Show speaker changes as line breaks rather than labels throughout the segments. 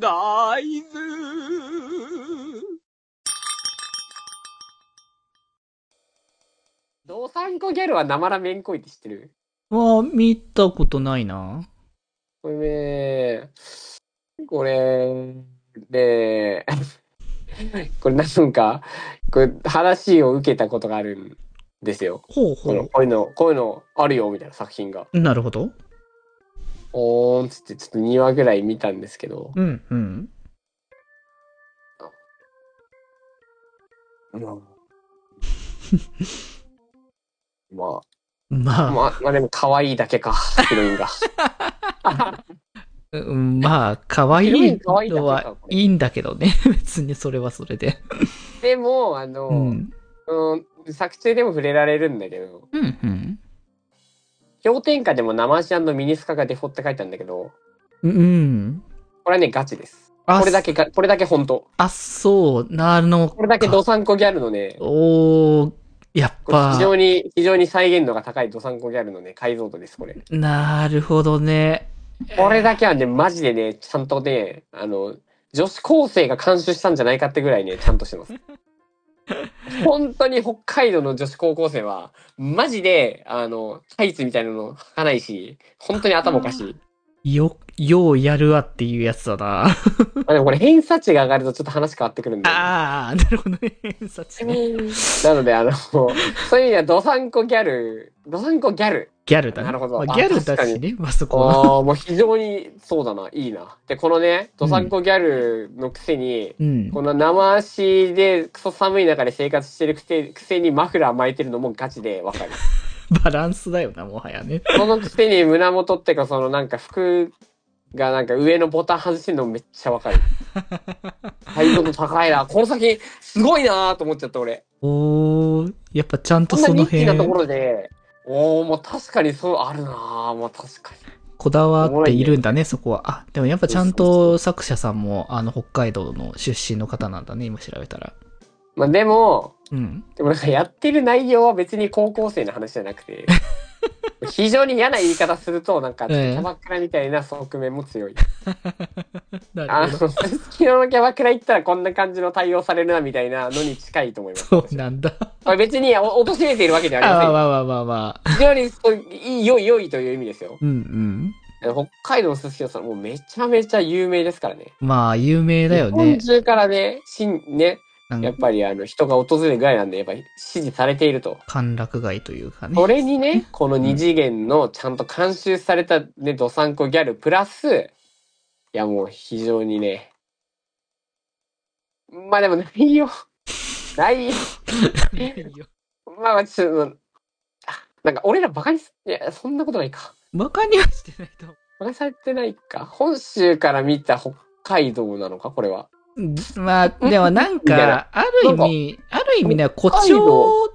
大豆。
ドサンコギャルは生ラメンコイって知ってる
は、見たことないな。
これね、これ、で、これなんか、これ話を受けたことがあるんですよ。
ほう
こ
ほ
のこういうの、こういうのあるよ、みたいな作品が。
う。なるほど。
おーんつって、ちょっと2話ぐらい見たんですけど、
うんうん。
まあ、
まあ、
まあ、まあでも可愛いだけか、ヒロイン が。
うんまあ、可愛
ヒロイ
い
ン可愛いだけか
のは
これ
いいんだけどね。 別にそれはそれで。
でも、あの、
うん。
うん作中でも触れられるんだけど、
うんうん。
氷点下でも生ジャンのミニスカがデフォって書いてあるんだけど、
うん。
これはね、ガチです。
あ、
これだけが、これだけ本当。
あ、そう、なのか。
これだけドサンコギャルのね、
おー、やっ
これ
ぱ
非、常に、非常に再現度が高いドサンコギャルのね、解像度です、これ。
なるほどね。
これだけはね、マジでね、ちゃんとね、あの、女子高生が監修したんじゃないかってぐらいね、ちゃんとしてます。 本当に北海道の女子高校生は、マジで、あの、タイツみたいなの履かないし、本当に頭おかしい。
よ、ようやるわっていうやつだな。
あでもこれ偏差値が上がるとちょっと話変わってくるんで。
あー、なるほ どね。偏差値ね
なので、あ の、そういう意味では、ドサンコギャル、ドサンコギャル。
ギャルだね。
なるほど
まあ
あ
ギャルだし
確
ね、まあそこは。
ああ、もう非常に、そうだな、いいな。で、このね、ドサンコギャルのくせに、
うん。
この生足でクソ寒い中で生活してるくせくせにマフラー巻いてるのもガチでわかる。
バランスだよな、もはやね。
そのくせに胸元ってかそのなんか服がなんか上のボタン外してるのもめっちゃわかる。態度の高いな。この先すごいなーと思っちゃった俺。
おー、やっぱちゃんと
こんな
そ
ニッ
の
チ
辺、
なところで、おおもう確かにそうあるなーもう確かに。
こだわっているんだね、そこは。あ、でもやっぱちゃんと作者さんも、あの、北海道の出身の方なんだね、今調べたら。
まあでも、
うん。
でもなんかやってる内容は別に高校生の話じゃなく て、非常に嫌な言い方すると、なんか、キ
ええ
ャバクラみたいな側面も強い。
な
あ
る
の、
ほど。
昨日のキャバクラ行ったらこんな感じの対応されるなみたいなのに近いと思います。
そうなんだ。
これ別にお貶めているわけでは
あ
あ
ま
り
あ
ま
まあまあまあま
せ
あ。
ん。非常にそういい良い良いという意味ですよ。
うんうん。
あの北海道の寿司屋さんもうめちゃめちゃ有名ですからね。
まあ、有名だよ
日本
ね。
中からね、しんね、
なん
や
か
っぱりあの人が訪れるぐらいなんで、やっぱり支持されていると。
歓楽街というかね。
それにね、この二次元のちゃんと監修されたね、ドサンコギャルプラス、いやもう非常にね、まあでも 内容、内容、まあまあちょっと、あなんか俺らバカにす、いや、そんなことないか。
バカにはしてないと思
バカにされてないか。本州から見た北海道なのか、これは。
う。まあ、でもなん
みたいな
か、ある意味、ある意味ね、誇
北海道
張、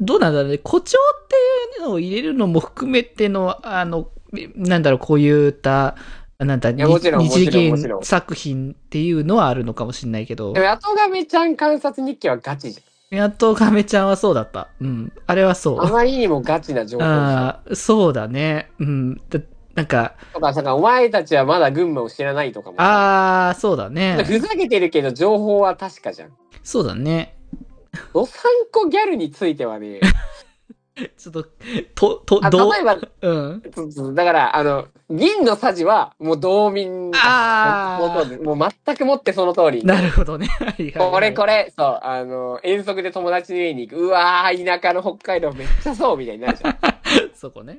どうなんだろうね、誇張っていうのを入れるのも含めての、あの、なんだろう、こういった、なんだ、
やもちろん
二次
もちろんもちろ
元
ん
作品っていうのはあるのかもしれないけど
で、も、ヤトガメちゃん観察日記はガチじ
やっと亀ちゃんはそうだった。うん。あれはそ
ゃん。あ
う。
まりにもガチな情報だ
ああ、そうだね。うん。だなんか、
とか、なんかお前たちはまだ群馬を知らないとかも。
ああ、そうだね。
ふざけてるけど情報は確かじゃん。
そうだね。
ドサンコギャルについては ね、
ちょっと、と、と、
あ
どう
例えば、
うん。
そうそうだから、あの、銀のさじは、もう道民。
あー
本当にもう全くもってその通り。
なるほどね。 はいはいはい
これこれ、そう、あの、遠足で友達の家に行く。うわー、田舎の北海道めっちゃそう、みたいになるじゃん。
そこね。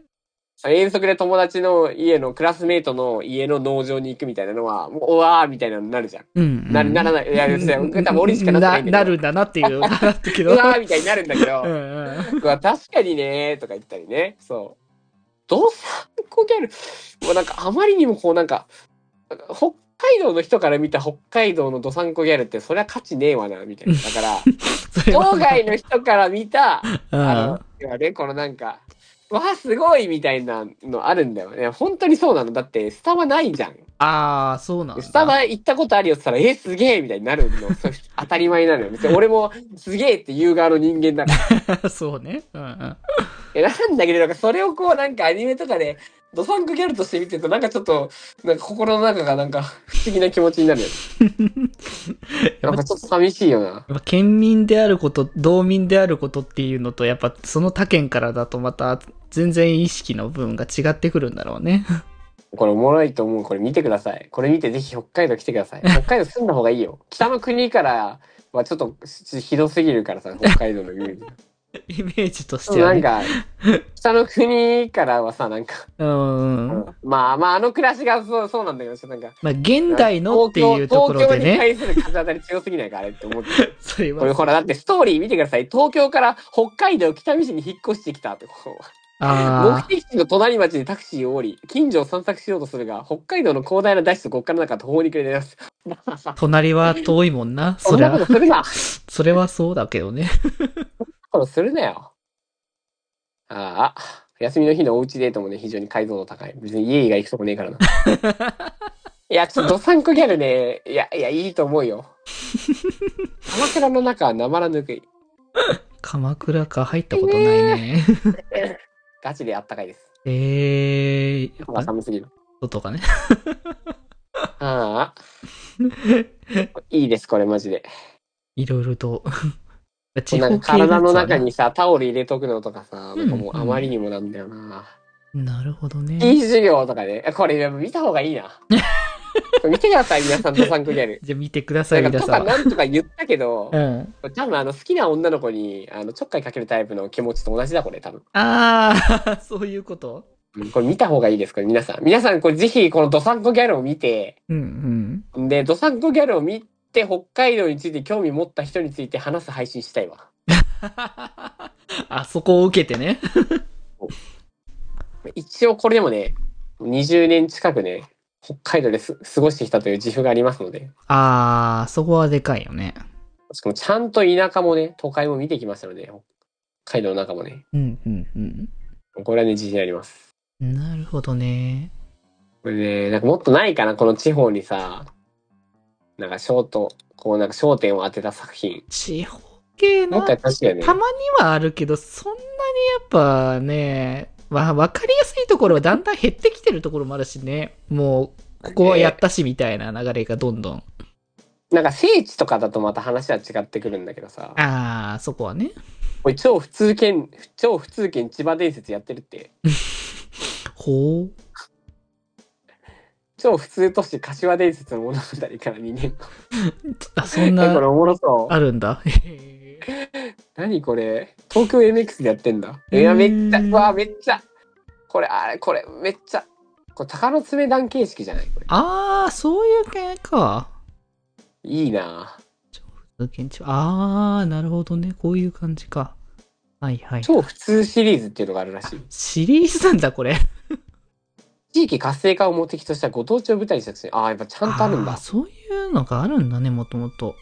遠足で友達の家の、クラスメイトの家の農場に行くみたいなのは、もう、うわー、みたいなのになるじゃん。
うん、
なる、なら
い。
ない。いや、別に、多分俺にしかなってな
ない
んだ
な
けど。
るんだなっ ていう、なったけ
う
ど。
わー、みたいになるんだけど
う。んうん
うわ、確かにねとか言ったりね。そう。ドサンコギャル。もうなんかあまりにもこうなんか、北海道の人から見た北海道のドサンコギャルってそりゃ価値ねえわな、みたいな。だ から、
それは
郊外の人から見た、あ
うん
の、要はね、このなんか、わあ、すごいみたいなのあるんだよね。本当にそうなの。だって、スタバないじゃん。
ああ、そうなんだ。
スタバ行ったことあるよって言ったら、え、すげえみたいになるの。そう当たり前なのよ。別に俺も、すげえって言う側の人間だから。
そうね。うんうん。
いやなんだけど、なんかそれをこうなんかアニメとかで、ドサンクギャルとして見てると、なんかちょっと、なんか心の中がなんか不思議な気持ちになるよね。 なんかちょっと寂しいよな。
やっぱ県民であること、道民であることっていうのと、やっぱその他県からだとまた全然意識の部分が違ってくるんだろうね。
これおもろいと思う。これ見てください。これ見てぜひ北海道来てください。北海道住んだ方がいいよ。北の国からはちょっとひどすぎるからさ、北海道のイ メージ。
イメージとして
な
は、
ん
ね。
か、北の国からはさ、なんか、
うんうん。
まあまあ、あの暮らしがそうそうなんだけど、ちょっとなんか、
まあ、現代のっていうところで
東京東京
ね。
に対する風当たり強すぎないか、あれって思って。
それ
これ
は。
ほら、だってストーリー見てください。東京から北海道北見市に引っ越してきたって。こう目
あ
的地の隣町にタクシーを降り、近所を散策しようとするが、北海道の広大な大地と極寒の中、途方に暮れています。
あ。隣は遠いもんな。
そ
そ
ん
り
なこ
ゃ
と、するな。そんな
それはそうだけどね。
ことするなよ。ああ、休みの日のおうちデートもね、非常に解像度高い。別に家以外行くとこねえ からな。いや、ちょっとドサンコギャルね、いや、いや、いいと思うよ。鎌倉の中はなまらぬくい。
鎌倉か入ったことないね。
ガチであったかいです。
えー、や
まあ
っぱ
寒すぎる。
外かね。
ああ。いいです、これマジで。
いろいろと。 地
なんか
やつは
体
ね
の中。にさ、タオル入れとくのとかさ、なんかもううんあまりにもなんだよな。
なるほど
い
ね。
い授業とかね。これやっぱ見た方がいい な。これ見てください、皆さん、ドサンコギャル。
じゃあ見てくださ、
ないんか
皆
とか
さん。
なんとか言ったけど
う、ん。
多分あの好きな女の子にあのちょっかいかけるタイプの気持ちと同じだ、これ多分。
ああ、 そういうこと
これ見た方がいいです、これ皆さん。皆さん、これぜひこのドサンコギャルを見て、
うんうん。
で、ドサンコギャルを見て、北海道について興味持った人について話す配信したいわ。
あそこを受けてね。
一応これでもね、20年近くね、北海道です過ごしてきたという自負がありますので、
ああ、そこはでかいよね。
しかもちゃんと田舎もね、都会も見てきましたので、北海道の中もね、
うんうん
これはね、自信あります。
うん。なるほどね。
これね、なんかもっとないかな、この地方にさ、なんかショート、こうなんか焦点を当てた作品。
地方系
もう
の
一回確かにね
た、まにはあるけど、そんなにやっぱね、わ、わかりやすいところはだんだん減ってきてるところもあるしね。もう、ここはやったしみたいな流れがどんどん。
なんか聖地とかだとまた話は違ってくるんだけどさ、
ああ、そこはね。
これ超普通圏、超普通圏千葉伝説やってるって、
ほう。
超普通都市柏伝説の物語から2年後。
あ、そん
えこれ
な、
おもろそう。
あるんだ。
何これ東京 MX でやってんだ。い
へー
や、めっちゃ、うわ、めっちゃ。これ、あれ、これ、めっちゃ。これ、鷹の爪断形式じゃないこれ。
ああ、そういう系か。
いいなぁ
現地ああ、なるほどね。こういう感じか。はいはい。
超普通シリーズっていうのがあるらしい。
シリーズなんだ、これ。
地域活性化を目的としたご当地を舞台にした作品。ああ、やっぱちゃんとあるん
ー
だ。
そういうのがあるんだね、もともと。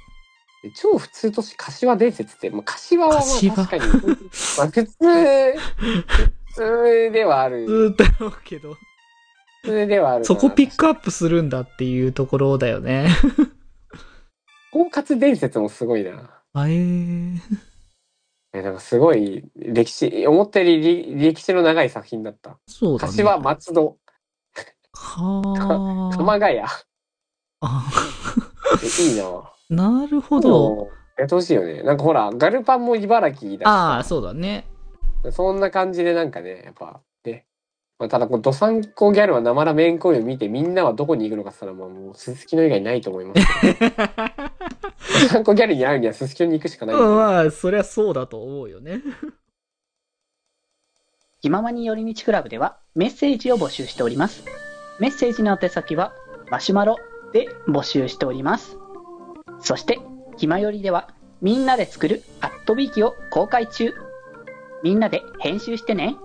超普通都市柏伝説って、まあ、柏はまあ
柏
確かに。 まあ、普通、普通ではあ
ず
る。
ーっとだろうけど。
普通ではあるな。
そこピックアップするんだっていうところだよね。
婚活伝説もすごいな。
あえー。
え、なんかすごい歴史、思ったよりり歴史の長い作品だった。
そうだね。
柏、松戸、
は
鎌ヶ
ー
谷。え
あ。
いいな
なるほ
ぁ。
ど。
うやってほしいよね。なんかほら、ガルパンも茨城だし
あ
さ
あ、そうだね。
そんな感じでなんかね、やっぱ、ね。まあ、ただ、このドサンコギャルは生らめんこいを見て、みんなはどこに行くのかって言ったら、まあもう、すすきの以外ないと思います。 ドサンコギャルに会うには、すすきのに行くしかないんで。
まあ、そりゃそうだと思うよね。
気ままに寄り道クラブではメッセージを募集しております。メッセージの宛先はマシュマロで募集しております。そして、気まよりではみんなで作るアットビーキを公開中。みんなで編集してね。